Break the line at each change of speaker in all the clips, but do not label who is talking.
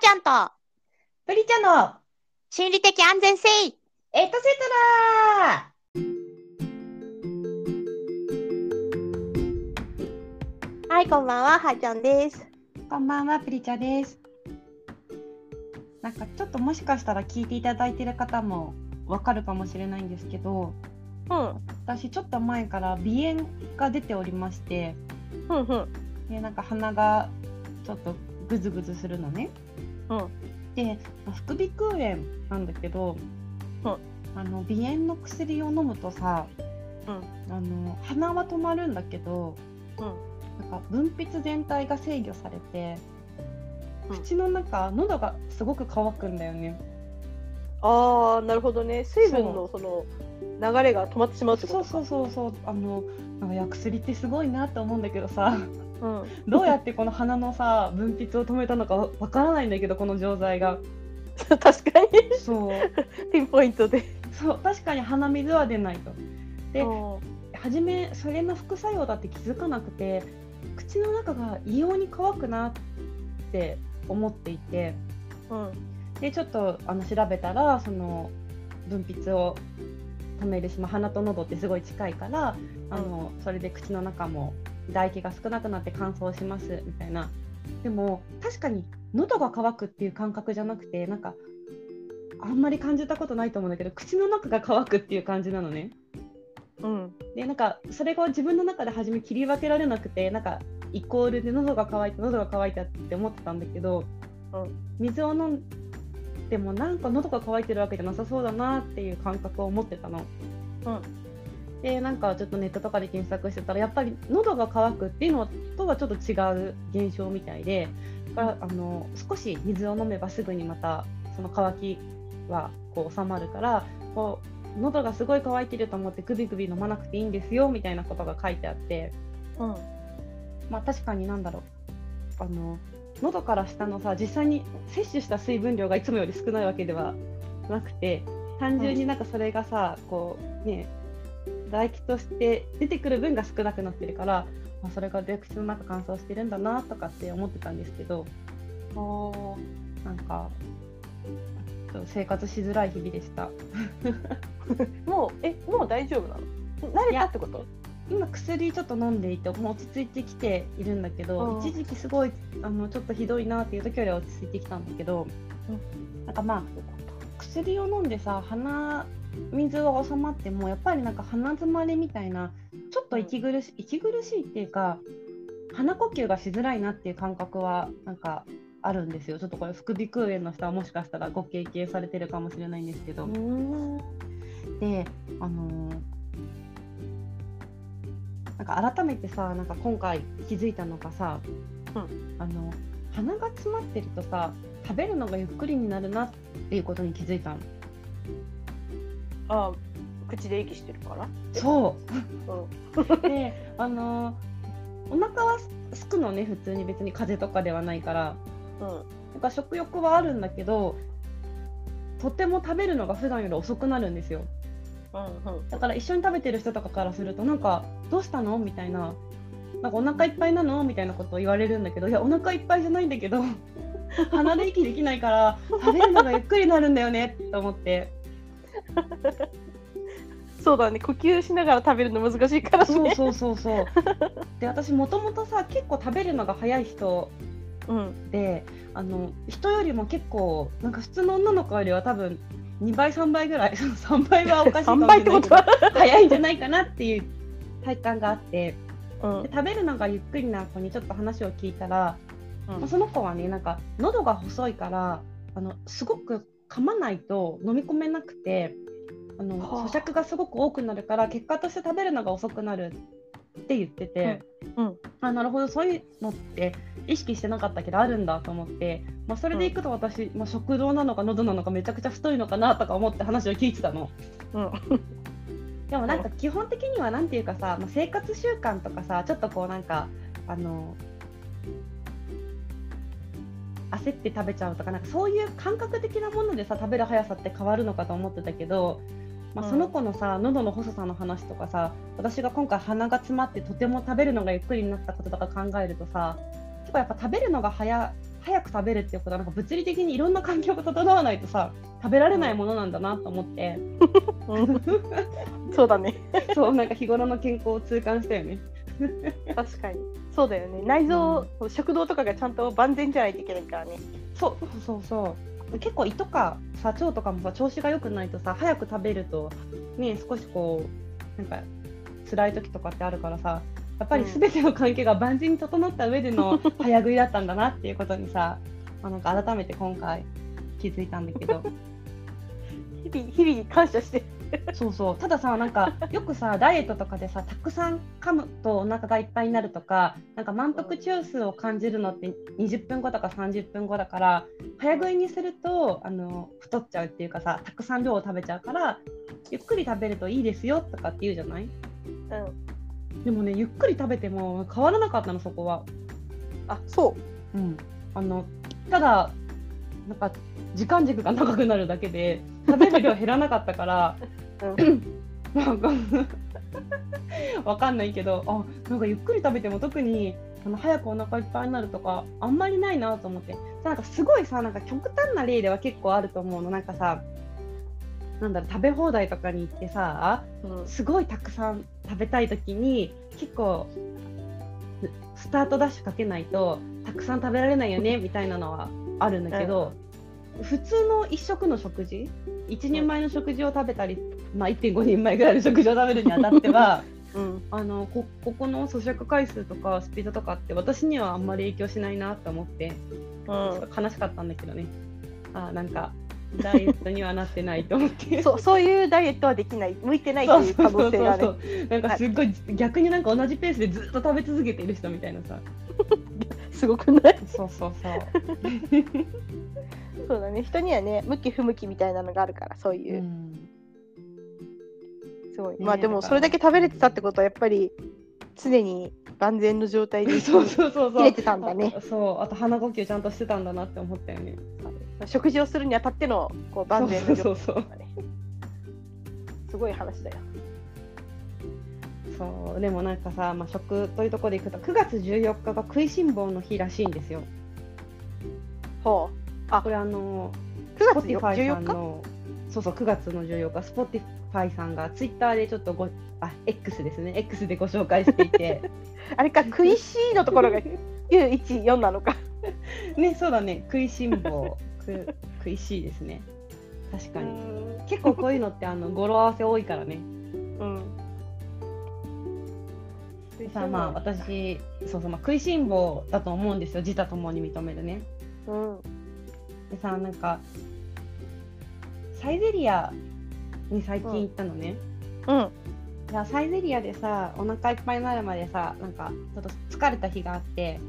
ちゃんと
プリチャの
心理的安全性
エトセトラ
はい、こんばんは、はーちゃんです。
こんばんは、プリチャです。なんかちょっともしかしたら聞いていただいてる方もわかるかもしれないんですけど、
うん、
私ちょっと前から鼻炎が出ておりまして、
ふんふん、
でなんか鼻がちょっとグズグズするのね。
うん
で、まあ副鼻腔炎なんだけど、
うん
あの鼻炎の薬を飲むとさ、あの鼻は止まるんだけど、
うん
なんか分泌全体が制御されて、
うん
口の中喉がすごく乾くんだよね。
ああ、なるほどね。水
分の
その流れが止まってしま
そうそうそうそうあのなんかいや薬ってすごいなと思うんだけ どさ
う。うん、
どうやってこの鼻のさ分泌を止めたのかわわからないんだけどこの錠剤が。
確かに
そう
ピンポイントで。
そう確かに鼻水は出ないと。で
うん
初めそれの副作用だって気づかなくて口の中が異様に乾くなって思っていて
うん、
でちょっとあの調べたらその分泌をためるし、まあ、鼻と喉ってすごい近いからあのそれで口の中も唾液が少なくなって乾燥しますみたいなでも確かに喉が乾くっていう感覚じゃなくてなんかあんまり感じたことないと思うんだけど口の中が乾くっていう感じなのね。
うん、
でなんかそれが自分の中で初め切り分けられなくてなんかイコールで喉が渇いた喉が渇いたって思ってたんだけど、
うん
水を飲んでもなんか喉が渇いてるわけじゃなさそうだなっていう感覚を持ってたの。
うん
でなんかちょっとネットとかで検索してたらやっぱり喉が渇くっていうのとはちょっと違う現象みたいでだからあの少し水を飲めばすぐにまたその渇きはこう収まるからこう喉がすごい渇いてると思ってグビグビ飲まなくていいんですよみたいなことが書いてあって
うん、
まあ確かになんだろうあの喉から下のさ実際に摂取した水分量がいつもより少ないわけではなくて単純になんかそれがさこうね唾液として出てくる分が少なくなってるから、まあ、それが口の中乾燥してるんだなとかって思ってたんですけど
おー
なんかちょっと生活しづらい日々でした。
もう、え、もう大丈夫なの。慣れたってこと。
今薬ちょっと飲んでいてもう落ち着いてきているんだけ
う
ど
ん
一時期すごいあのちょっとひどいなっていう時よりは落ち着いてきたんだけど、なんかまあ薬を飲んでさ鼻水が収まってもやっぱりなんか鼻詰まりみたいなちょっと息苦しい息苦しいっていうか鼻呼吸がしづらいなっていう感覚はなんかあるんですよちょっとこれ副鼻腔炎の人はもしかしたらご経験されてるかもしれないんですけど。
ん、
であのーなんか改めてさなんか今回気づいたのがさ、
う
あの鼻が詰まってるとさ食べるのがゆっくりになるなっていうことに気づいたの
あー、口で息してるから。
そううであのーお腹はすすくのね普通に別に風邪とかではないから
ん、うん。
なんか食欲はあるんだけどとても食べるのが普段より遅くなるんですよ
うんうん、
だから一緒に食べてる人とかからするとなんか「どうしたの?」みたいな「なんかお腹いっぱいなの?」みたいなことを言われるんだけどいやお腹いっぱいじゃないんだけど 鼻で息できないから食べるのがゆっくりになるんだよねと思って
そうだね呼吸しながら食べるの難しいから
そう
ね
そうそうそうで私もともとさ結構食べるのが早い人
うん
であの人よりも結構なんか普通の女の子よりは多分2倍3倍ぐらい3 倍はおかしいかも
3倍
しれない
っ
け
て
ど
ことは、
早いんじゃないかなっていう体感があって。
うん
で食べるのがゆっくりな子にちょっと話を聞いたら、
うん
まあその子はねなんか喉が細いからあのすごく噛まないと飲み込めなくてあの
はあ
咀嚼がすごく多くなるから結果として食べるのが遅くなるって言ってて、
うんうん
あなるほどそういうのって意識してなかったけどあるんだと思って、まあ、それでいくと私、まあ、食道なのか喉なのかめちゃくちゃ太いのかなとか思って話を聞いてたの。
うん
でもなんか基本的にはなんていうかさ、まあ、生活習慣とかさちょっとこうなんかあの焦って食べちゃうとかなんかそういう感覚的なものでさ食べる速さって変わるのかと思ってたけど、ま
う
あ、
ん
その子のさ、喉の細さの話とかさ私が今回鼻が詰まってとても食べるのがゆっくりになったこととか考えるとさ結構やっぱ食べるのが早早く食べるっていうことはなんか物理的にいろんな環境が整わないとさ食べられないものなんだなと思って、
うんそうだね。
そうなんか日頃の健康を痛感したよね。
確かに。そうだよね。内臓、食堂とかがちゃんと万全じゃないといけないからね。
そうそうそう結構胃とかさ腸とかもさ調子が良くないとさ早く食べるとね少しこうなんか辛い時とかってあるからさやっぱり
うん
全ての関係が万全に整った上での早食いだったんだなっていうことにさ、まあ、なんか改めて今回気づいたんだけど
日々、日々に感謝して。
そうそうたださなんかよくさダイエットとかでさたくさん噛むとお腹がいっぱいになるとかなんか満腹中枢を感じるのって20分後とか30分後だから早食いにするとあの太っちゃうっていうかさたくさん量を食べちゃうからゆっくり食べるといいですよとかって言うじゃない
うん。
でもねゆっくり食べても変わらなかったのそこは。
あ、そう。
うん、あのただなんか時間軸が長くなるだけで食べる量減らなかったから、
う
なんかわかんないけどあなんかゆっくり食べても特にあの早くお腹いっぱいになるとかあんまりないなと思ってなんかすごいさなんか極端な例では結構あると思うのなんかさなんだろう食べ放題とかに行ってさ
うん
すごいたくさん食べたい時に結構スタートダッシュかけないとたくさん食べられないよねみたいなのはあるんだけど、普通の1食の食事1人前の食事を食べたり、まあ、1.5人前ぐらいの食事を食べるにあたっては
うん。
あのこここの咀嚼回数とかスピードとかって私にはあんまり影響しないなと思ってちょっと悲しかったんだけどねあーなんかダイエットにはなってないと思って。
そう、そういうダイエットはできない。向いてないという可能性がある。
なんかすっごい、逆になんか同じペースでずっと食べ続けている人みたいなさ。
すごくない。
そうそうそう。
そうだね。人にはね、向き不向きみたいなのがあるから、そういうう。
ん、
すごい。
ね
まあ、でも、
だから
それだけ食べれてたってことは、やっぱり。常に万全の状態で。
そうそうそう
切
そ
れ
う。
てたんだね。
あそう、あと鼻呼吸ちゃんとしてたんだなって思ったよね。
食事をするにあたっての、こう万全の
そ
状
うそうそう
態だね。すごい話だよ。
そう、でもなんかさ、まあ、食というところでいくと、9月14日が食いしん坊の日らしいんですよ。
ほう。あ
これあの、
9月
Spotify さ
14
ん
日。
の。そうそう9月の14日、Spotify さんがツイッターでちょっとごあ X ですね X でご紹介していて、
あれか、食いしいの ところが914なのか。
ね、そうだね、食いしん坊、く食いしいですね。確かに。
う
結構こういうのってあの語呂合わせ多いからね。
ん。
さあまあ私、そうそうまあ食いしん坊だと思うんですよ、自他ともに認めるね。
うん。
でさなんかサイゼリアに最近行ったのね。
うん。
いやサイゼリアでさお腹いっぱいになるまでさなんかちょっと疲れた日があって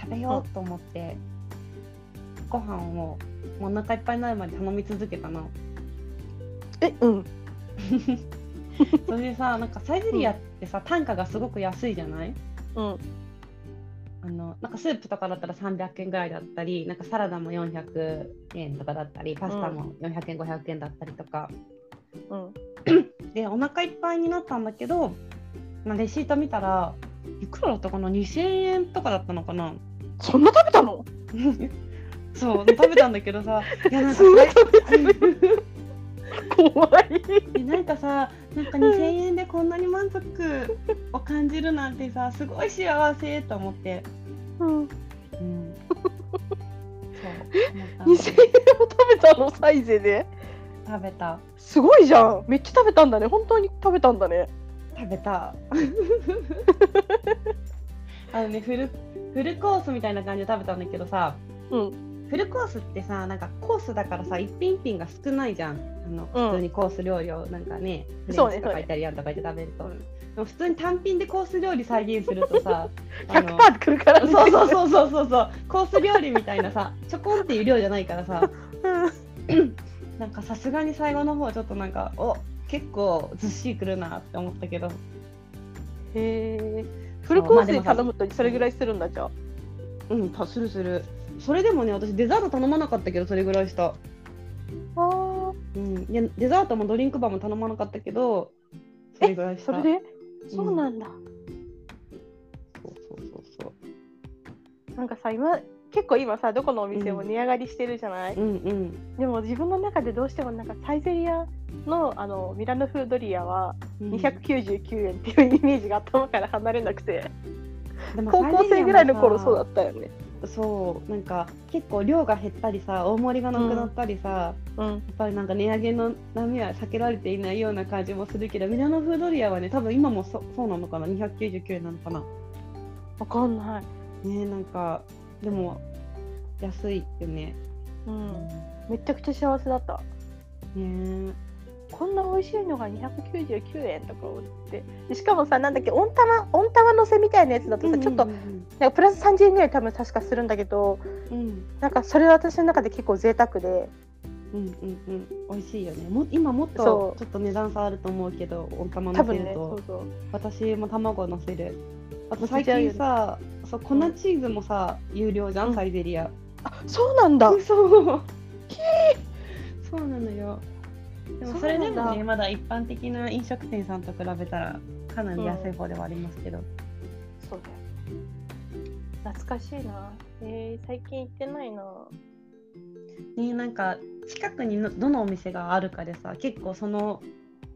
食べようと思って、ご飯をもうお腹いっぱいになるまで頼み続けたの。
え、うん。
それでさなんかサイゼリアってさ、単価がすごく安いじゃない
うん。
あのなんかスープとかだったら300円ぐらいだったりなんかサラダも400円とかだったりパスタも400円、500円だったりとか
うん。
でお腹いっぱいになったんだけど、まあ、レシート見たらいくらだったかな2000円とかだったのかな
そんな食べたの
そう食べたんだけどさいやなんか
すごい食べた怖い。
でなんかさなんか2000円でこんなに満足を感じるなんてさすごい幸せと思って。
うん。
うん、そう思
2000円
っ
も食べたのサイゼで。
た食べた
すごいじゃん。めっちゃ食べたんだね。本当に食べたんだね。
食べた あのねフルフルコースみたいな感じで食べたんだけどさ
うん。
フルコースってさなんかコースだからさ一品一品が少ないじゃんあの
うん
普通にコース料理をなんかね、フ
そうね
レンチ
そ
と
う
か
ね
イタリアンとかで食べると、
うん
でも普通に単品でコース料理再現すると さあの
100%くるからね。
そうそうそうそうそうそうコース料理みたいなさちょこんっていう量じゃないからさ
うん。
なんかさすがに最後の方ちょっとなんかお結構ずっしりくるなって思ったけど
へえ。フルコースに頼むとそれぐらいするんだじゃあ。
うんたするするそれでもね私デザート頼まなかったけどそれぐらいし
あ
た、
ー
うん、でデザートもドリンクバーも頼まなかったけどそれぐらいし
そ
た
れで。そうなんんだ。
そうそうそうそう
なんかさ今結構今さどこのお店も値上がりしてるじゃない、
うんうん
でも自分の中でどうしてもなんかサイゼリアのあのミラノ風ドリアは
うん。
299円っていうイメージが頭から離れなくて、
でも
高校生ぐらいの頃
サイゼリヤもさ
そうだったよね。
そうなんか結構量が減ったりさ大盛りがなくなったりさ、
うん、
やっぱりなんか値上げの波は避けられていないような感じもするけどミラノフードリアはね多分今もそそうなのかな299円なのかな
わかんない。
ねなんかでも安いよね
うん、めちゃくちゃ幸せだった。
ね
こんな美味しいのが299円とか思ってでしかもさなんだっけ温玉温玉のせみたいなやつだとさ、ちょっと
うん
なんかプラス30円ぐらい多分確かするんだけど
うん
なんかそれは私の中で結構贅沢で
うんうんうん美味しいよねも今もっ
そ
と
う
ちょっと値段差あると思うけど温玉
多
のせ
分
る
ね
と、
そうそう
私も卵のせるあと
乗せ
最
ちゃうよね
近さそう粉チーズもさ有料じゃん、
うん
サイゼリア
あそうなんだ
そう。そうなのよ。でもそれで
そう
も
なん
ね
だ
まだ一般的な飲食店さんと比べたらかなり安い方ではありますけど。
そうだよ懐かしいなえー、最近行ってないな
ねなんか近くにのどのお店があるかでさ結構その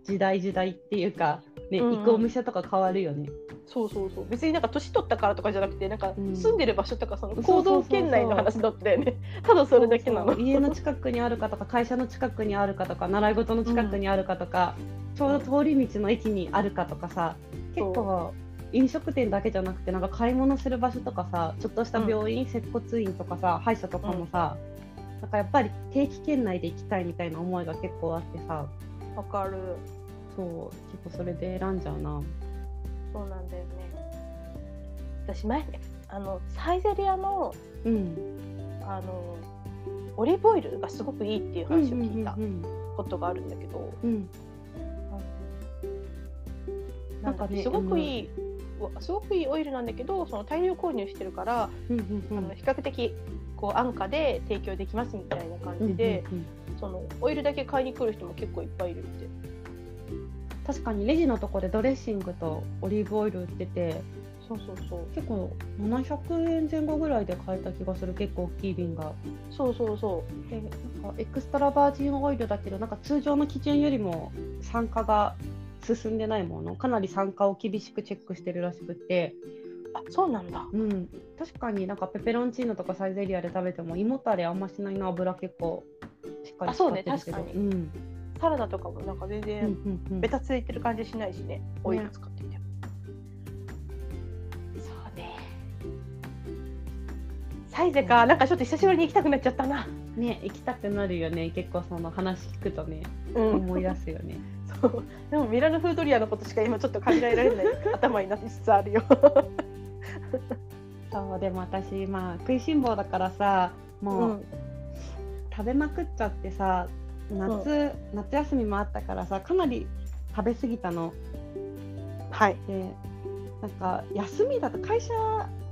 時代時代っていうか、ね
うんうん
行くお店とか変わるよね。
そうそうそう別になんか年取ったからとかじゃなくてなんか
うん
住んでる場所とかその
そう
行
そうそうそう
動圏内の話だったよねただそれだけなの
そうそう家の近くにあるかとか会社の近くにあるかとか習い事の近くにあるかとか、ちょうど通り道の駅にあるかとかさ結構飲食店だけじゃなくてなんか買い物する場所とかさちょっとした病院、接骨院とかさ歯医者とかもさ、なんかやっぱり定期圏内で行きたいみたいな思いが結構あってさ
わかる
そう結構それで選んじゃうな。
そうなんだよね私前ねあのサイゼリアの
うん、
あのオリーブオイルがすごくいいっていう話を聞いた
うん
ことがあるんだけど、
うんうん
な
なんん
か
かね
すごくいい、わすごくいいオイルなんだけどその大量購入してるから、
うんうんうん
あの比較的こう安価で提供できますみたいな感じで、
うんうんうん
そのオイルだけ買いに来る人も結構いっぱいいるって
確かにレジのとこでドレッシングとオリーブオイル売ってて
そうそうそう
結構700円前後ぐらいで買えた気がする結構大きい瓶が
そうそうそう
でなんかエクストラバージンオイルだけどなんか通常の基準よりも酸化が進んでないものかなり酸化を厳しくチェックしてるらしくて、
あそうなんだ
うん、確かになんかペペロンチーノとかサイゼリアで食べても胃もたれあんましないな油結構しっかり
あそうね
使ってるけど
確か
うん
サラダとかもなんか全
うん
然
うんうん
ベタついてる感じしないしね、オイル
ね
使っててもそうねサイゼかなんかちょっと久しぶりに行きたくなっちゃったな
ね行きたくなるよね結構その話聞くとね
うん
思い出すよね。
そうでもミラノフードリアのことしか今ちょっと考えられない頭になりつつあ るよ。
そうでも私まあ食いしん坊だからさもう、食べまくっちゃってさ夏、夏休みもあったからさかなり食べ過ぎたの
はい。
でなんか休みだと会社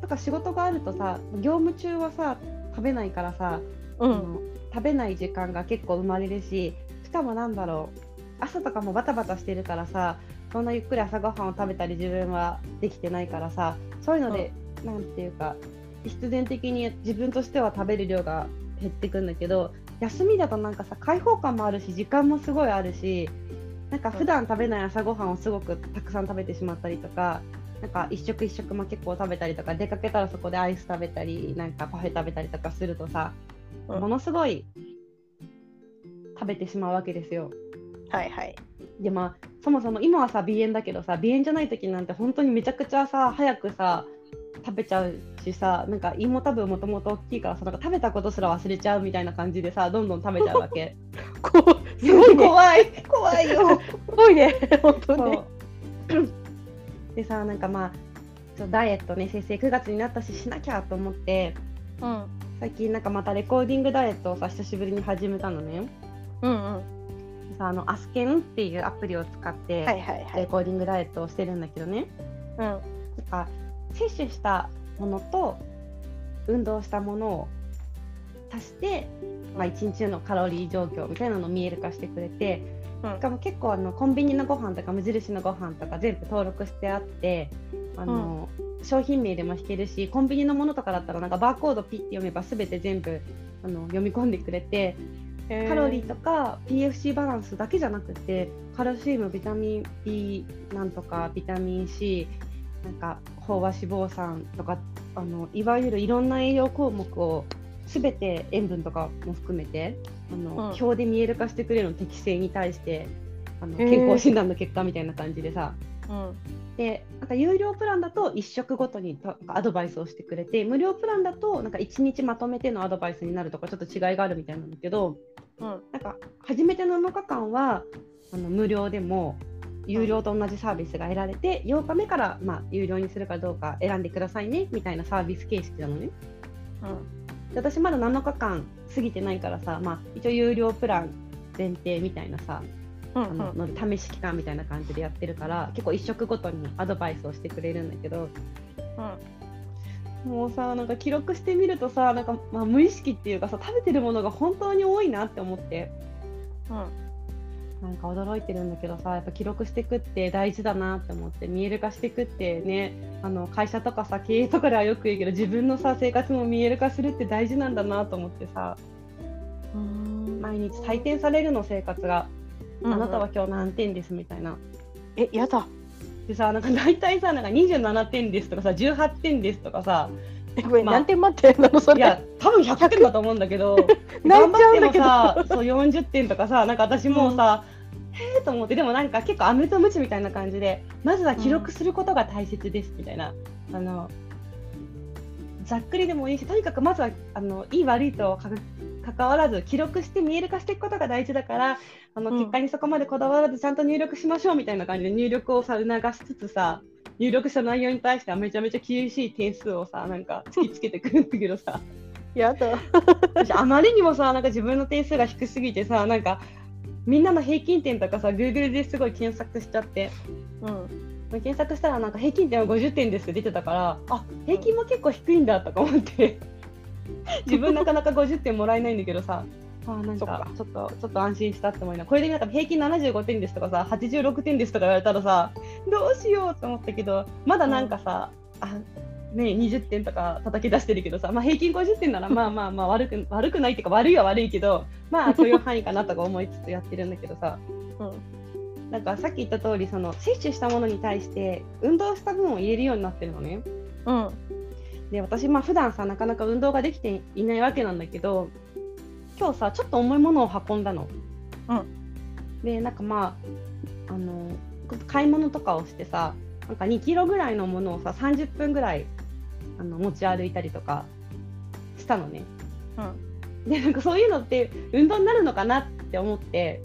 とか仕事があるとさ業務中はさ食べないからさ、
う
あ
ん。
の食べない時間が結構生まれるししかもなんだろう朝とかもバタバタしてるからさそんなゆっくり朝ごはんを食べたり自分はできてないからさそういうので、なんていうか必然的に自分としては食べる量が減ってくんだけど休みだとなんかさ開放感もあるし時間もすごいあるしなんか普段食べない朝ごはんをすごくたくさん食べてしまったりとか。なんか一食一食も結構食べたりとか出かけたらそこでアイス食べたりなんかパフェ食べたりとかするとさ
うん
ものすごい食べてしまうわけですよ。
はいはい。
でまあそもそも今はさ鼻炎だけどさ鼻炎じゃない時なんて本当にめちゃくちゃさ早くさ食べちゃうしさなんか胃も多分もともと大きいからさなんか食べたことすら忘れちゃうみたいな感じでさどんどん食べちゃうわけ。
こう すごいね。
怖い怖いよ。
すごいね。 本当に。
そうでさなんかまあちょダイエットね先生9月になったししなきゃと思って
うん。
最近なんかまたレコーディングダイエットをさ久しぶりに始めたのね。
うんうん。
さあのアスケンっていうアプリを使って、
はいはいは
レ
い。
コーディングダイエットをしてるんだけどね
うん。
なんか摂取したものと運動したものを足して、まあ、1日のカロリー状況みたいなのを見える化してくれて
うん
しかも結構あのコンビニのご飯とか無印のご飯とか全部登録してあってあの、商品名でも弾けるしコンビニのものとかだったらなんかバーコードピッて読めば全て全部あの読み込んでくれてカロリーとか PFC バランスだけじゃなくてカルシウムビタミン B なんとかビタミン C なんか飽和脂肪酸とかあのいわゆるいろんな栄養項目を全て塩分とかも含めてあの、
うん
表で見える化してくれるの適性に対してあ
へ
の
ー
健康診断の結果みたいな感じでさ、
うん
でなんか有料プランだと1食ごとにとなんかアドバイスをしてくれて無料プランだとなんか1日まとめてのアドバイスになるとかちょっと違いがあるみたいなんだけど
うん
なんか初めての7日間はあの無料でも有料と同じサービスが得られて8日目から、まあ、有料にするかどうか選んでくださいねみたいなサービス形式なの
うん
ね。で私まだ7日間過ぎてないからさ、まあ、一応有料プラン前提みたいなさ、
うん
あのの試し期間みたいな感じでやってるから結構1食ごとにアドバイスをしてくれるんだけどもうさなんか記録してみるとさなんか、まあ、無意識っていうかさ食べてるものが本当に多いなって思って
うん
なんか驚いてるんだけどさやっぱ記録してくって大事だなって思って見える化してくってねあの会社とかさ経営とかではよく言うけど自分のさ生活も見える化するって大事なんだなと思ってさ
うん
毎日採点されるの生活が。
うん
あなたは今日何点ですみたいな。
えやだ
でさ、なんか大体さ、なんか27点ですとかさ、18点ですとか さ、
えごめん、
まあ
何点待ってんのそ
い
れ
や、多分100点だと思うんだけど、
泣いちゃうんだけど
頑張ってもさ、そう40点とかさ、なんか私もうさ、へえと思って、でもなんか結構、アメとムチみたいな感じで、まずは記録することが大切ですみたいな。あのざっくりでもいいし、とにかくまずはあのいい悪いとかか関わらず記録して見える化していくことが大事だからあの
うん
結果にそこまでこだわらずちゃんと入力しましょうみたいな感じで入力をさ促しつつさ入力した内容に対してはめちゃめちゃ厳しい点数をさなんか突きつけてくるんだけどさ
やだ
私あまりにもさなんか自分の点数が低すぎてさなんかみんなの平均点とかさ Google ですごい検索しちゃって
うん
検索したらなんか平均点は50点ですって出てたからあ平均も結構低いんだとか思って自分なかなか50点もらえないんだけどさあなん
そっ
か
か
ちょっとちょっと安心したって思いながらこれでなんか平均75点ですとかさ86点ですとか言われたらさどうしようと思ったけどまだなんかさ、あね20点とか叩き出してるけどさ、まあ、平均50点なら まあまあまあ悪く悪くないっていうか悪いは悪いけどまあ許容範囲かなとか思いつつやってるんだけどさ
うん
なんかさっき言った通りその摂取したものに対して運動した分を入れるようになってるのね。
うん
で私まあ普段さなかなか運動ができていないわけなんだけど今日さちょっと重いものを運んだの。
う
でなんかまああの買い物とかをしてさなんか2キロぐらいのものをさ30分ぐらいあの持ち歩いたりとかしたのね。
うん
でなんかそういうのって運動になるのかなって思って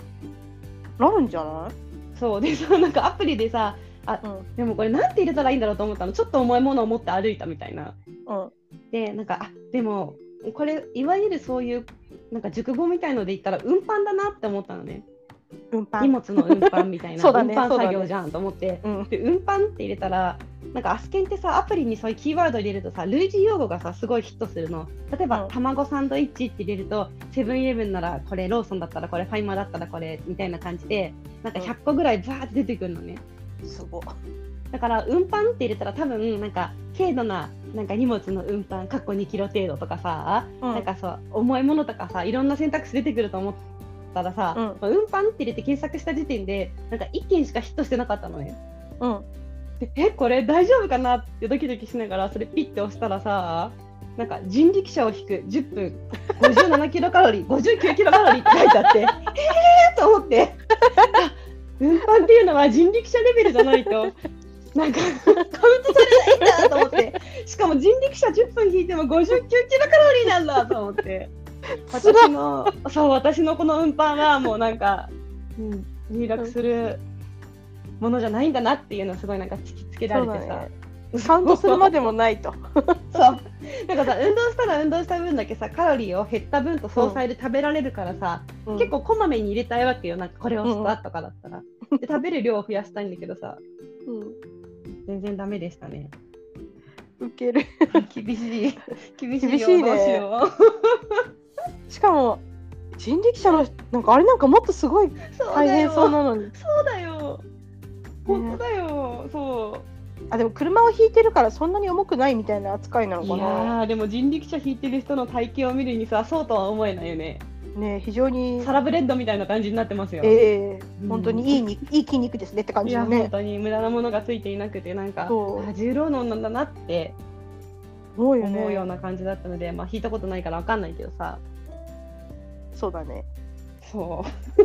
なるんじゃない
そうでさなんかアプリでさ
うん
でもこれなんて入れたらいいんだろうと思ったのちょっと重いものを持って歩いたみたいな
うん
でなんかあでもこれいわゆるそういうなんか熟語みたいので言ったら運搬だなって思ったのね
運搬
荷物の運搬みたいな、
そうだ
運
ね
搬
そうだね
作業じゃんと思って、
うん
で運搬って入れたらなんかアスケンってさアプリにそういうキーワード入れるとさ類似用語がさすごいヒットするの例えば、
うん
卵サンドイッチって入れるとセブンイレブンならこれローソンだったらこれファイマーだったらこれみたいな感じでなんか100個ぐらいバーって出てくるのね、
すごい
だから運搬って入れたら多分なんか軽度ななんか荷物の運搬かっこ2キロ程度とかさ、
うん
なんかそう重いものとかさいろんな選択肢出てくると思ったらさ、
うん
まあ運搬って入れて検索した時点でなんか1件しかヒットしてなかったのね。
うん
でえこれ大丈夫かなってドキドキしながらそれピッて押したらさなんか人力車を引く10分57キロカロリー59キロカロリーって書いてあってえーと思ってあ運搬っていうのは人力車レベルじゃないとなんかカウントされないんだと思ってしかも人力車10分引いても59キロカロリーなんだと思って
つら
私のそう私のこの運搬はもうなんか、うん、入力するものじゃないんだなっていうのをすごいなんか突きつけられて
そう
さ
だ。カウントするまでもないと
そうなんかさ運動したら運動した分だけさカロリーを減った分と相殺で食べられるからさ、結構こまめに入れたいわけよなんかこれをしたとかだったら、で食べる量を増やしたいんだけどさ
うん
全然ダメでしたね
ウケる
厳しい厳しい
厳し
よ
いね
どうしよ
しかも人力車のなんかあれなんかもっとすごいう
そうだよ
大変そうなのに
そうだよ本当だよ、そ
あでも車を引いてるからそんなに重くないみたいな扱いなの
い
か
や
な。
ーでも人力車引いてる人の体型を見るにさそうとは思えないよね
ね非常に
サラブレッドみたいな感じになってますよ
ええ
うん
本当にいいにいい筋肉ですねって感
い
じ
や
の
本
ね。
当に無駄なものがついていなくてなんか
そう
あ重労働なんだなって
思うよね。
思うような感じだったので、まあ引いたことないからわかんないけどさ
そうだね。
そう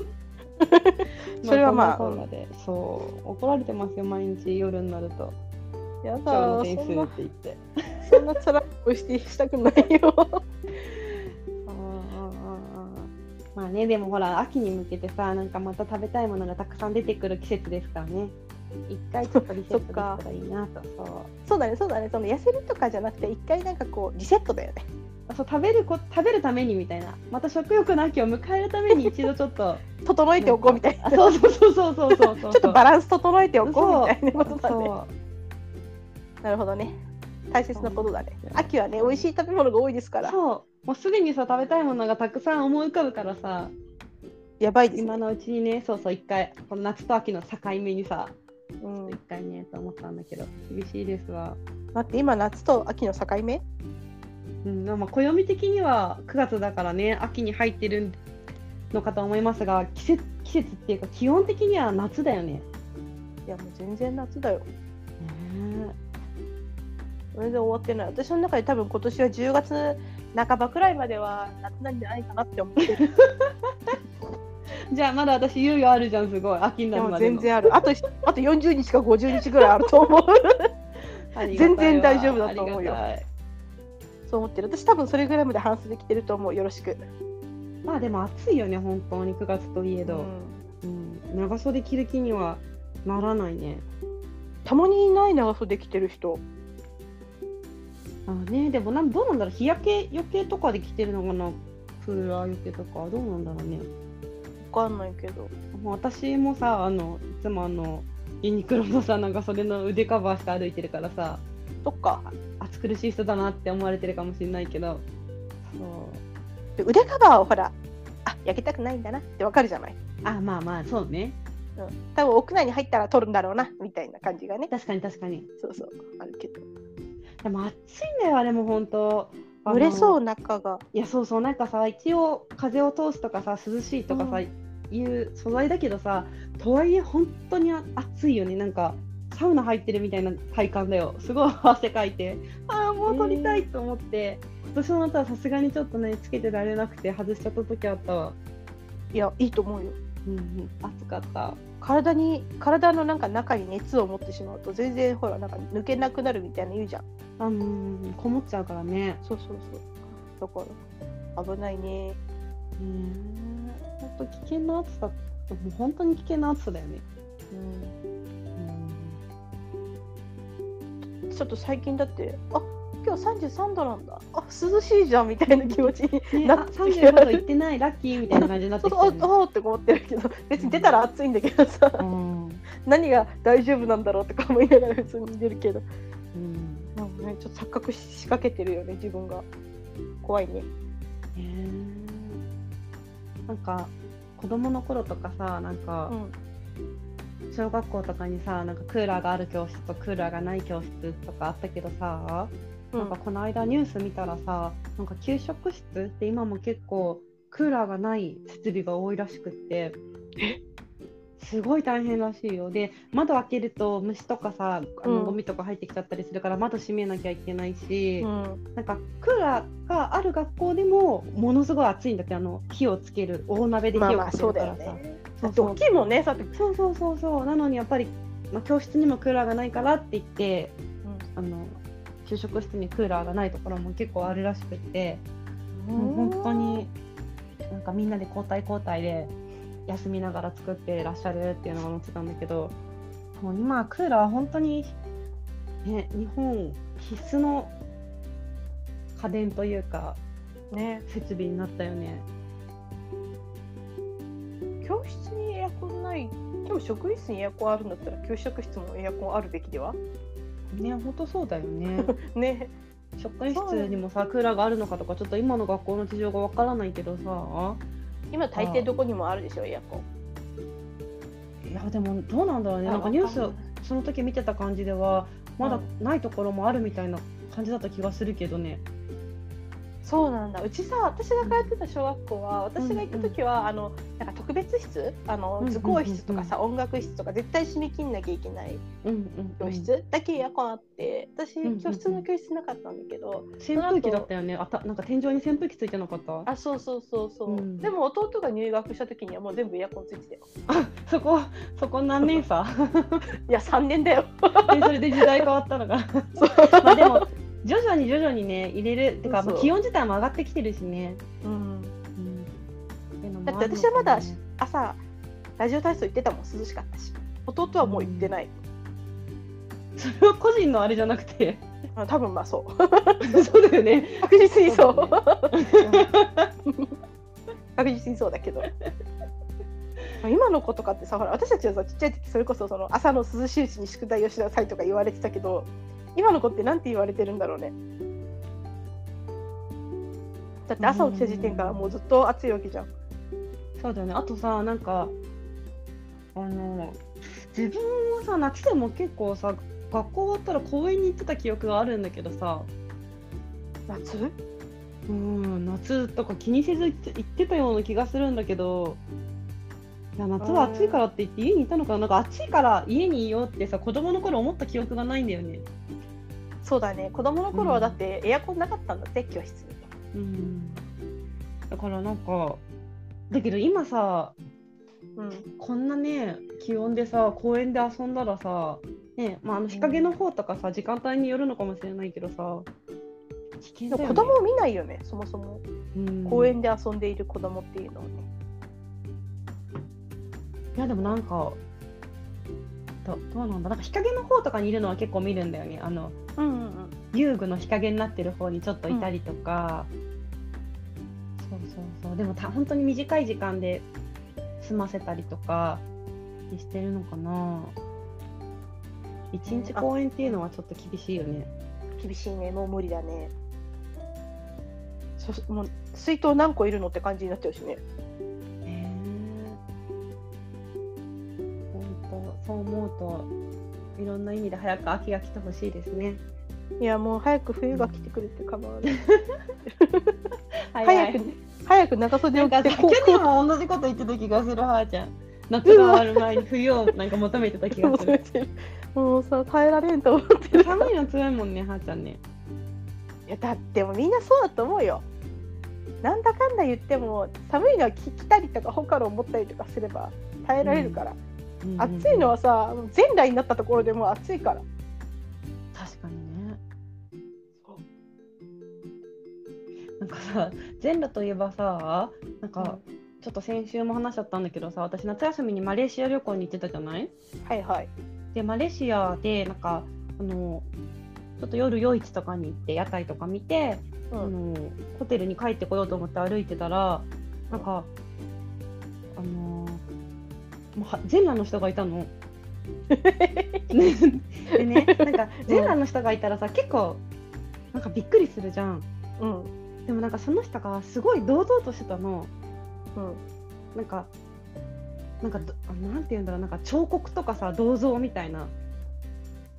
それはまあ
そんなこんなでそう怒られてますよ毎日夜になると
や
今日の
だ
点数っ
そんな
て言って
そんな辛いをしてしたくないよ。
あーあーあーあーまあねでもほら秋に向けてさなんかまた食べたいものがたくさん出てくる季節ですからね一回ちょっとリセットできたらいいなとそう
そうだねそうだねその痩せるとかじゃなくて一回なんかこうリセットだよね。
あそう食べるこ食べるためにみたいなまた食欲の秋を迎えるために一度ちょっと
整えておこうみたいな。
あ
ち
そうそうそうそうそうそうそ
ょ
う
っとバランス整えておこうみたいなことだね。
そう
なるほどね。大切なことだね
そう。
秋はね、美味しい食べ物が多いですから。
そうもうすでにさ食べたいものがたくさん思い浮かぶからさ
やばいです、
今
ね。
のうちにねそうそう一回この夏と秋の境目にさ
う
ちょっ
ん
と一、回ねと思ったんだけど厳しいですわ、
待って、今夏と秋の境目。
うん、まあ暦的には9月だからね秋に入ってるのかと思いますが季節季節っていうか基本的には夏だよね
いや、もう全然夏だよ。
ね
全然終わってない。私の中で多分今年は10月半ばくらいまでは夏なんじゃないかなって思 ってる。
えじゃあまだ私猶予あるじゃんすごい秋に
で
なる
も
まで
全
の
然ある。あと、あと40日か50日ぐらいあると思う。
ありがたいわ
全然大丈夫だと思うよ
ありがたい
そう思ってる。私多分それぐらいまで半数できてると思う。よろしく。
まあでも暑いよね本当に9月といえど、
うん
うん、長袖着る気にはならないね。
たまにいない長袖着てる人。
あねでもなんどうなんだろう日焼け余計とかで着てるのかなクーラー余計とかどうなんだろうね。
わかんないけど。
もう私もさあのいつもあのユニクロのさ長袖の腕カバーして歩いてるからさ
そっか。
暑苦しい人だなって思われてるかもしれないけどそう
で腕カバーをほら、あ、焼けたくないんだなってわかるじゃない。
あまあまあそうね
多分屋内に入ったら取るんだろうなみたいな感じがね
確かに確かに
そうそうあるけど
でも暑いんだよあれも本当
蒸れそうう中が
いやそうそうなんかさ一応風を通すとかさ涼しいとかさ、
う
いう素材だけどさとはいえ本当にあ暑いよねなんかサウナ入ってるみたいな体感だよすごい汗かいてああもう取りたいと思って、今年の夏はさすがにちょっとねつけてられなくて外しちゃった時あったわ、
いやいいと思うよ
うんうん、暑かった
体に体のなんか中に熱を持ってしまうと全然ほらなんか抜けなくなるみたいな言うじゃん
あのこもっちゃうからね
そうそうそうだから危ないね
うん本当危険な暑さもう本当に危険な暑さだよね、
うん
うん
ちょっと最近だってあ今日33度なんだあ涼しいじゃんみたいな気持ち に
ね、
な
あ
ってきて
35度行ってないラッキーみたいな感じになっ
そ
て
う
き
そう
てる、ね
おおって思ってるけど別に出たら暑いんだけどさ
うん
何が大丈夫なんだろうとか思いながら普通に出るけど
うん
なんかね、ちょっと錯覚しかけてるよね、自分が。怖いね。
なんか子供の頃とかさなんか
ん。
小学校とかにさなんかクーラーがある教室とクーラーがない教室とかあったけどさ、
な
なんかこの間ニュース見たらさなんか給食室って今も結構クーラーがない設備が多いらしくってすごい大変らしいよで窓開けると虫とかさあ
う
の
ん
ゴミとか入ってきちゃったりするから窓閉めなきゃいけないし、
うん。
なんかクーラーがある学校でもものすごい暑いんだってあの火をつける大鍋で
まあ
火を
まあ、
かける
そう
か
だ
ら
よ
さ、
ね。
そうそ
ド
う
キもね、さて、
そうそうそうそうなのにやっぱり、まあ、教室にもクーラーがないからって言ってあの給食室にクーラーがないところも結構あるらしくって、もう本当。になんかみんなで交代交代で休みながら作ってらっしゃるっていうのが載ってたんだけどもう今クーラーは本当に、ね、日本必須の家電というか
ね、
設備になったよね。
教室にエアコンない。でも職員室にエアコンあるんだったら、給食室もエアコンあるべきでは。
ね、本当そうだよ ね。
ね。
職員室にもさ、クーラーがあるのかとか、ちょっと今の学校の事情がわからないけどさ。
今、大抵どこにもあるでしょ、エアコン。
いや、でも、どうなんだろうね。なんかニュース、その時見てた感じでは、まだないところもあるみたいな感じだった気がするけどね。
そうなんだうちさ私が通ってた小学校は私が行く時は、あのなんか特別室あ
うん
の
うんうん
図工室とかさ、音楽室とか絶対締め切んなきゃいけない
うんう
教
んうん、
室だけエアコンあって私
うんうん
教室の教室なかったんだけど、
扇風機だったよねあたなんか天井に扇風機ついてなかった
あそうそうそうそう、
うん
でも弟が入学した時にはもう全部エアコンついてたよ
そこそこ何年 差
いや3年だよ
でそれで時代変わったのがまあでも徐々に徐々にね入れるってか
そうそう
まあ気温自体も上がってきてるしね、
うん
うん、ていうのも
だっ
あ
て
るの
私はまだ
かな
朝ラジオ体操行ってたもん涼しかったし弟はもう行ってない、
それは個人のあれじゃなくて
あ多分まあそう
そうだよね
確実にそう
そう
うん確実にそうだけど今の子とかってさほら私たちはさちっちゃい時それこそその朝の涼しいうちに宿題をしなさいとか言われてたけど今の子ってなんて言われてるんだろうねだって朝起きた時点からもうずっと暑いわけじゃん
そうだよねあとさなんかあの自分はさ夏でも結構さ学校終わったら公園に行ってた記憶があるんだけどさ
夏
うん夏とか気にせず行ってたような気がするんだけどいや夏は暑いからって言って家にいたのかななんか暑いから家にいようってさ子供の頃思った記憶がないんだよね。
そうだね子供の頃はだってエアコンなかったんだって教室に
うん、だからなんかだけど今さ
うん
こんなね気温でさ公園で遊んだらさ、ねまあ、あの日陰の方とかさ時間帯によるのかもしれないけどさ危
で
険だ
も
よ、ね、
子供を見ないよねそもそも
うん
公園で遊んでいる子供っていうのをね
いやでもなんかどどうなんだなんか日陰の方とかにいるのは結構見るんだよねあの
うんうんうん
遊具の日陰になってる方にちょっといたりとか、そうそうそうでもた本当に短い時間で済ませたりとかしてるのかな一日公園っていうのはちょっと厳しいよね
厳しいねもう無理だねそもう水筒何個いるのって感じになっちゃうしね
へえ本当そう思うといろんな意味で早く秋が来てほしいですね
いやもう早く冬が来てくれて構わない
早
早く
い
早く長袖
な
を
んか
着て
さ去
こう
年も同じこと言ってた気がするはーちゃん夏が終わる前に冬をなんか求めてた気がす
求め
る
てるもうさ耐えられんと思う
寒いの強いもんねはーちゃんね
いやだってもうみんなそうだと思うよなんだかんだ言っても寒いのは着着たりとかホカロを持ったりとかすれば耐えられるから、暑いのはさもう全裸になったところでもう暑いから
確かにねなんかさ全裸といえばさなんかちょっと先週も話しちゃったんだけどさ私夏休みにマレーシア旅行に行ってたじゃない
はいはい
でマレーシアでなんかあのちょっと夜夜市とかに行って屋台とか見て、
う
あ
ん
のホテルに帰ってこようと思って歩いてたらなんかあのもうは全裸の人がい たの。ねでねなんか全裸の人がいたらさ結構なんかびっくりするじゃん。
うん
でもなんかその人がすごい堂々としてたの。
うん
なんかなんかどあなんて言うんだろうなんか彫刻とかさ銅像みたいな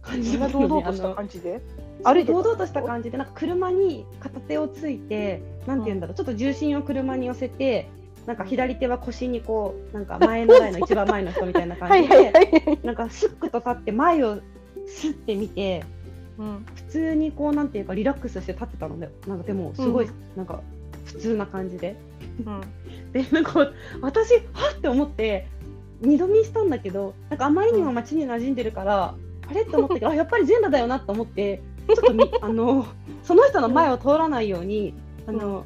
感
み
じ
ん
だ
な
った
堂
の
々
ね
とした感じで歩いてた
堂々とした感じでなんか車に片手をついてなんて言うんだろう、ちょっと重心を車に寄せてなんか左手は腰にこうなんか前の台の一番前の人みたいな
は
感
い
じ
はい
で
はい、
なんかスックと立って前をスッて見て
うん
普通にこうなんていうかリラックスして立ってたのでなんかでもすごい、
う
なんか普通な感じで
うん、
でなんか私はっって思って二度見したんだけどなんかあまりにも街に馴染んでるから、あれと思ったけ どあやっぱり全裸だよなと思ってちょっとみあのその人の前を通らないように、
うん
あの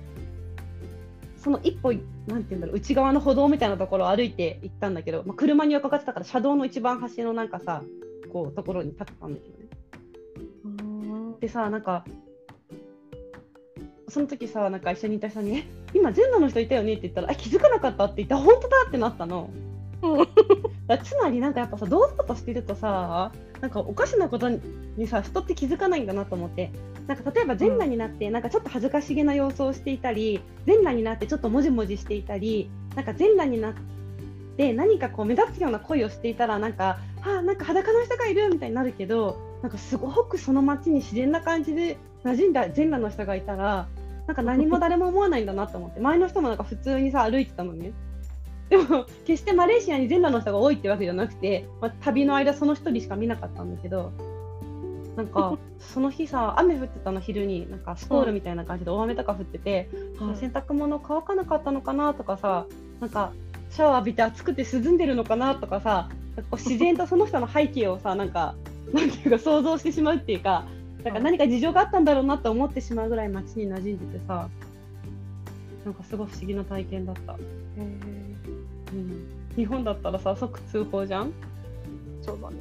その一歩なんて言うんだろう内側の歩道みたいなところを歩いて行ったんだけど、まあ、車に横かかってたから車道の一番端のなんかさこうところに立ってたんだけどね。でさなんかその時さなんか一緒にいた人にえ「今全裸の人いたよね」って言ったら「あ気づかなかった」って言ったら「本当だ!」ってなったの。
うん
だつまりなんかやっぱさ堂々としてるとさなんかおかしなことにさ人って気づかないんだなと思ってなんか例えば全裸になってなんかちょっと恥ずかしげな様子をしていたり全裸になってちょっともじもじしていたりなんか全裸になって何かこう目立つような恋をしていたらなんかあなんか裸の人がいるみたいになるけどなんかすごくその街に自然な感じで馴染んだ全裸の人がいたらなんか何も誰も思わないんだなと思って前の人もなんか普通にさ歩いてたのねでも決してマレーシアに全裸の人が多いってわけじゃなくて、まあ旅の間その一人しか見なかったんだけどなん かその日さ雨降ってたの昼になんかスコールみたいな感じで大雨とか降ってて、
うん
あ洗濯物乾かなかったのかなとかさなんかシャワー浴びて暑くて涼んでるのかなとかさなんかこう自然とその人の背景をさなんかなんていうか想像してしまうっていうかなんか何か事情があったんだろうなと思ってしまうぐらい街に馴染んでてさなんかすごい不思議な体験だった、うん、日本だったらさ即通報じゃん、
そうだね。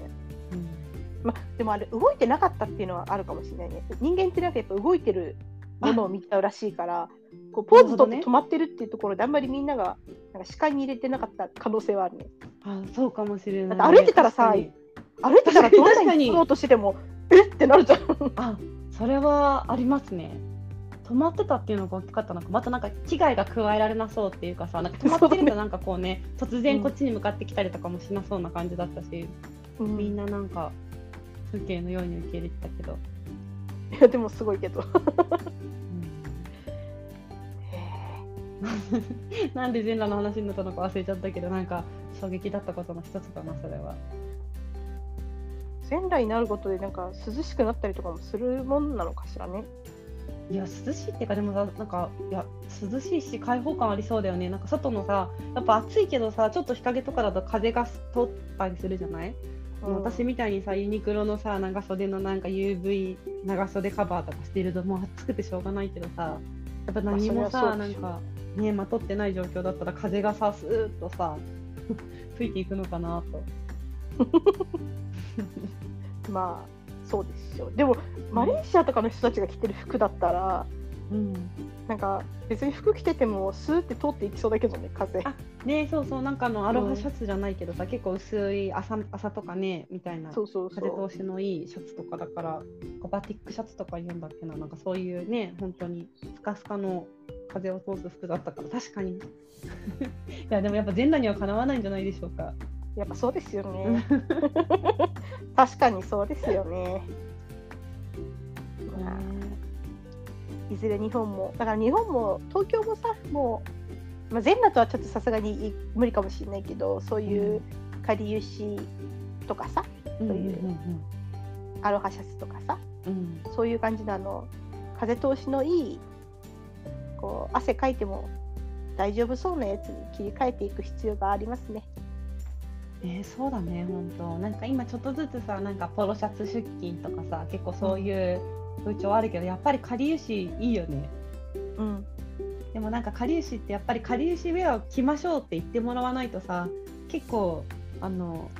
ま、でもあれ動いてなかったっていうのはあるかもしれないね。人間ってなんかやっぱ動いてるものを見ちゃうらしいから、こうポーズとって
なるほどね
止まってるっていうところであんまりみんながなんか視界に入れてなかった可能性はあるね。
あそうかもしれない
だって歩いてたらさ
確かに
歩いてたら
確
ど
かに
んなに進もうとしてもえってなるじゃん。
あそれはありますね止まってたっていうのが大きかったのかまたなんか危害が加えられなそうっていうかさなんか止まってるとなんかこう ね突然こっちに向かってきたりとかもしなそうな感じだったし、みんななんか風景のように受け入れてたけど、
い やでもすごいけど。
なんで全裸の話になったのか忘れちゃったけどなんか衝撃だったことの一つだなそれは
仙台になることでなんか涼しくなったりとかもするもんなのかしらね。
いや涼しいっていうかでもさなんかいや涼しいし開放感ありそうだよねなんか外のさやっぱ暑いけどさちょっと日陰とかだと風が通ったりするじゃない、
うん
私みたいにさユニクロのさ長袖のなんか UV 長袖カバーとかしてるともう暑くてしょうがないけどさやっぱ何も
まあ
さ
そりゃそう
な
で
ん
しょ
かねまとってない状況だったら風がさスーッとさ 吹いていくのかなと。
まあそうでしょう。でもマレーシアとかの人たちが着てる服だったら。
うん
なんか別に服着ててもスーって通っていきそうだけどね風
あねそうそうなんかあのアロハシャツじゃないけどさ、結構薄い朝朝とかねみたいな
そうそうそ
風
う
通しのいいシャツとかだからバティックシャツとか言うんだっけななんかそういうね本当にスカスカの風を通す服だったから確かに いやでもやっぱ全裸にはかなわないんじゃないでしょうか
やっぱそうですよね 確かにそうですよね、まあいずれ日本もだから日本も東京もさもう、まあ、全裸とはちょっとさすがに無理かもしれないけどそういうかりゆしとかさ
うん
そ
う
う
んう
いうんアロハシャツとかさ
うん
そういう感じのあの風通しのいいこう汗かいても大丈夫そうなやつに切り替えていく必要がありますね。
えーそうだね本当なんか今ちょっとずつさなんかポロシャツ出勤とかさ結構そういう風潮あるけどやっぱりかりゆしいいよね
うん、
でもなんかかりゆしってやっぱりかりゆしウェアを着ましょうって言ってもらわないとさ結構あの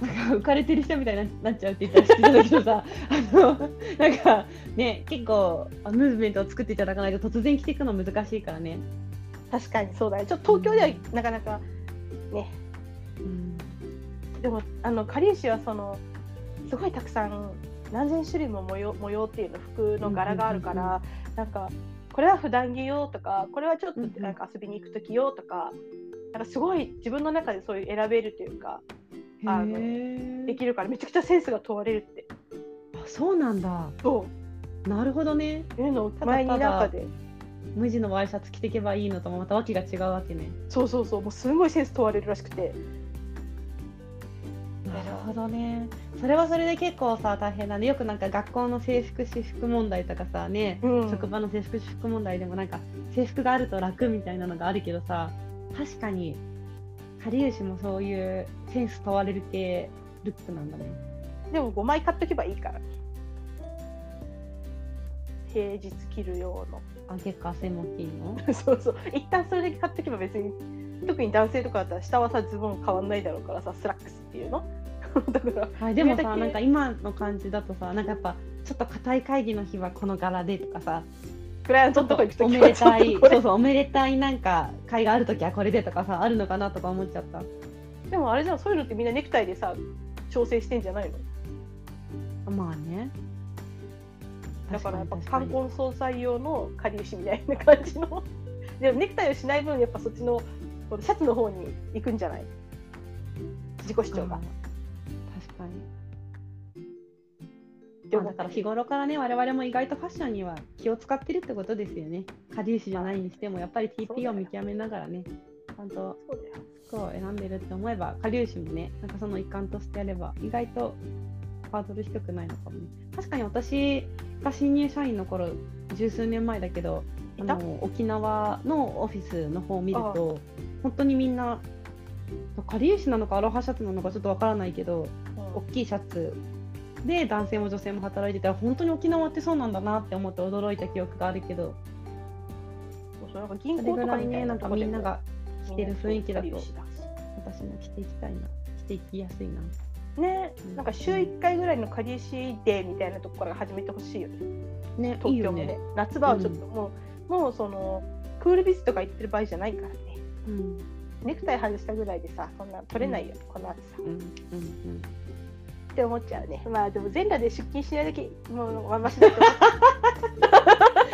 なんか浮かれてる人みたいになっちゃうって言ったら失礼だけどさ あのなんかね結構あムーブメントを作っていただかないと突然着ていくの難しいからね、
確かにそうだね。ちょっと東京ではなかなか
うん、
でもあのかりゆしはそのすごいたくさん何千種類も模様模様っていうの服の柄があるから、なんかこれは普段着用とかこれはちょっと
うんうん
なんか遊びに行く時用とか。なんかすごい自分の中でそういう選べるというかあので
へ
きるからめちゃくちゃセンスが問われるって
あそうなんだ
そ
なるほどね
ういうのを
ただ
前に中で
無地のワイシャツ着ていけばいいのともまた訳が違うわけね
そうそうそうもうすごいセンス問われるらしくて
なるほどねそれはそれで結構さ大変なんでよくなんか学校の制服私服問題とかさね、
うん
職場の制服私服問題でもなんか制服があると楽みたいなのがあるけどさ確かにかりゆしもそういうセンス問われる系ルックなんだね
でも5枚買っとけばいいから平日着る用の
あ結構汗も大きいの
そうそう一旦それだけ買っておけば別に特に男性とかだったら下はさズボン変わんないだろうからさスラックスっていうの だから
はいでも
上だ
さ
け
なんか今の感じだとさなんかやっぱちょっと固い会議の日はこの柄でとかさ
クライアン
ち
ト
ょ
の
っ
と
と
こ行くと
お
き
め
は
で
ちょったと
い
これ
そうそうおめでたいなんか会がある時はこれでとかさあるのかなとか思っちゃった
でもあれじゃんそういうのってみんなネクタイでさ調整してんじゃないの
まあね
だからやっぱ
確に
冠婚葬祭用のかりゆしみたいな感じの でもネクタイをしない分やっぱそっちのこのシャツの方に行くんじゃない自己主張が
確かに
って
ま
思
あ
っ
だか
た
ら
り
日頃からね我々も意外とファッションには気を使ってるってことですよね。カリウシじゃないにしてもやっぱり
そうだ
TP
よ
を見極めながらねちゃんと
そうだよ
服を選んでるって思えばカリウシもねなんかその一環としてやれば意外とハードル低くないのかもね。確かに私が新入社員の頃十数年前だけどあ
いた
の沖縄のオフィスの方を見ると本当にみんなカリウシなのかアロハシャツなのかちょっとわからないけど
うん
大きいシャツで男性も女性も働いてたら本当に沖縄ってそうなんだなって思って驚いた記憶があるけど
そうそうなんか銀
それ
行
ぐ
とから
い
みた
ね
い
な
なんと
か
こ
み
で
ん
も
なが着てる雰囲気だと
みんなそうカリウシ
私も着ていきたいな着ていきやすいな
だね
うん
なんか週1回ぐらいのかりゆしデーみたいなとこから始めてほしいよね
ねいい
東
よ
京もね
ね、
夏場はちょっともう、もうそのクールビズとか行ってる場合じゃないからね
うん
ネクタイ外したぐらいでさそんな取れないよ、この暑さ
うんうん
って思っちゃうねまあでも全裸で出勤しないだけもうまあマシだと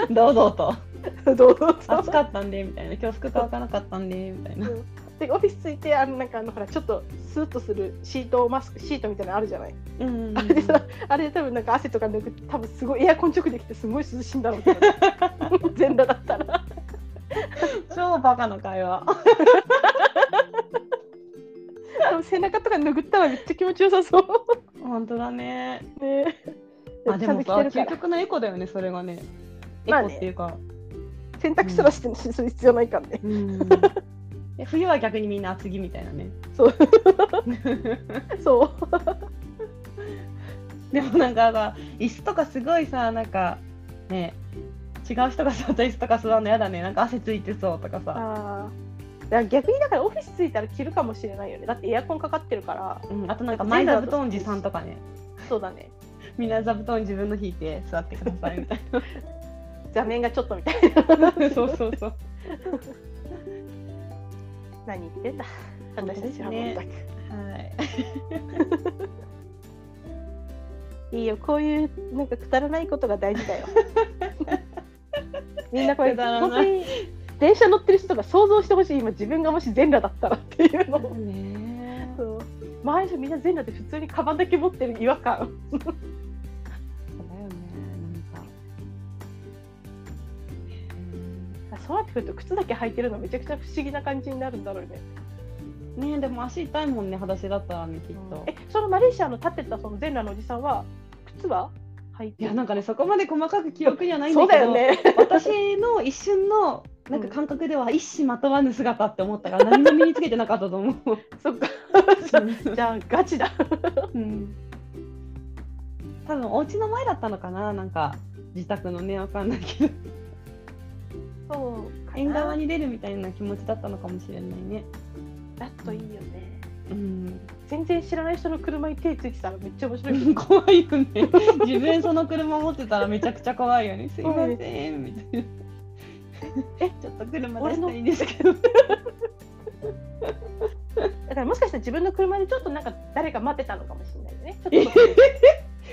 うん堂々と
思う 堂々と
暑かったんでみたいな今日服乾かなかったんでみたいな
でオフィス着いてあのなんかあのほらちょっとスーッとするシートマスクシートみたいなのあるじゃない
うんうんうん
あれさあれ多分なんか汗とか抜く多分すごいエアコン直できてすごい涼しいんだろうけど 全裸だったら
超バカな会話
多分背中とか拭ったらめっちゃ気持ちよさそう
本当だね
ね
あでも
ち
さ
ゃんと着てるか
究
ら
極のエコだよねそれがねエ
まあ
コ
ね
っていうか、
洗濯したらしてする必要ないからね
うんで冬は逆にみんな厚着みたいなね
そう そう
でもなんかさ椅子とかすごいさなんかね違う人が座った椅子とか座るのやだねなんか汗ついてそうとかさ、
あーだから逆にだからオフィス着いたら着るかもしれないよねだってエアコンかかってるから
うん、あとなんか前座布団持参とかね
そうだね
みんな座布団自分の引いて座ってくださいみたい
座面がちょっとみたい
なそうそうそう
な何言ってんだ私たちは
本
全
当
く、
はい
いいよこういうなんかくだらないことが大事だよみんなこれ
くだらな
本
い
当に電車乗ってる人が想像してほしい今自分がもし全裸だったらっていうのを
ね
そう周りの人みんな全裸で普通にカバンだけ持ってる違和感
そうだよねなんか
そうなってくると靴だけ履いてるのめちゃくちゃ不思議な感じになるんだろうね
ねでも足痛いもんね裸足だったらねきっと、
えそのマレーシアの立ってたその全裸のおじさんは靴は履いて
い
る
やなんかねそこまで細かく記憶にはないんだ
そ
け
う
ど
だよね
私の一瞬のなんか感覚では一糸まとわぬ姿って思ったから何も身につけてなかったと思う。
そっか
う
じゃあガチだ
ん、多分お家の前だったのかななんか自宅のねわかんないけど
そう
縁側に出るみたいな気持ちだったのかもしれないね。
だといいよね
うん、
全然知らない人の車に手ついてたらめっちゃ面白いけど
怖いよね自分その車持ってたらめちゃくちゃ怖いよねすいませんみたいな。えちょっと車出したいんですけど。
だからもしかしたら自分の車でちょっとなんか誰か待ってたのかもしれないよ ねち
え
ょっ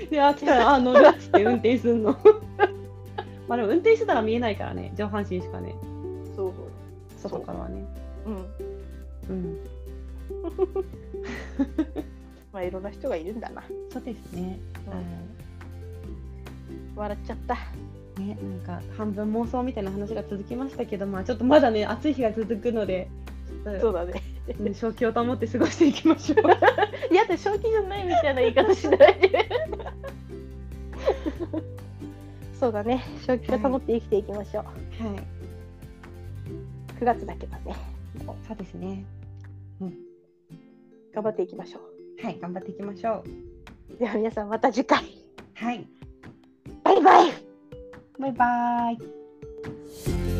と
で、あ、来たら、あ、乗るっつって運転すんの。 まあでも運転してたら見えないからね、上半身しかね、
そう
外からはね。
うん
うん。
まあいろんな人がいるんだな
そうですね。は
笑っちゃった
い。ね、なんか半分妄想みたいな話が続きましたけど、まあちょっとまだね、暑い日が続くので、ちょ っ
そう
と
だね
うん正気を保って過ごしていきましょ う。
いやだって正気じゃないみたいな言い方しない でそうだね正気を保って生きていきましょう
はい。
9月だけどね
そうですね。
頑張っていきましょ
はい、頑張っていきましょう。
うでは皆さんまた次回
はい。
バイバイ
バイバーイ。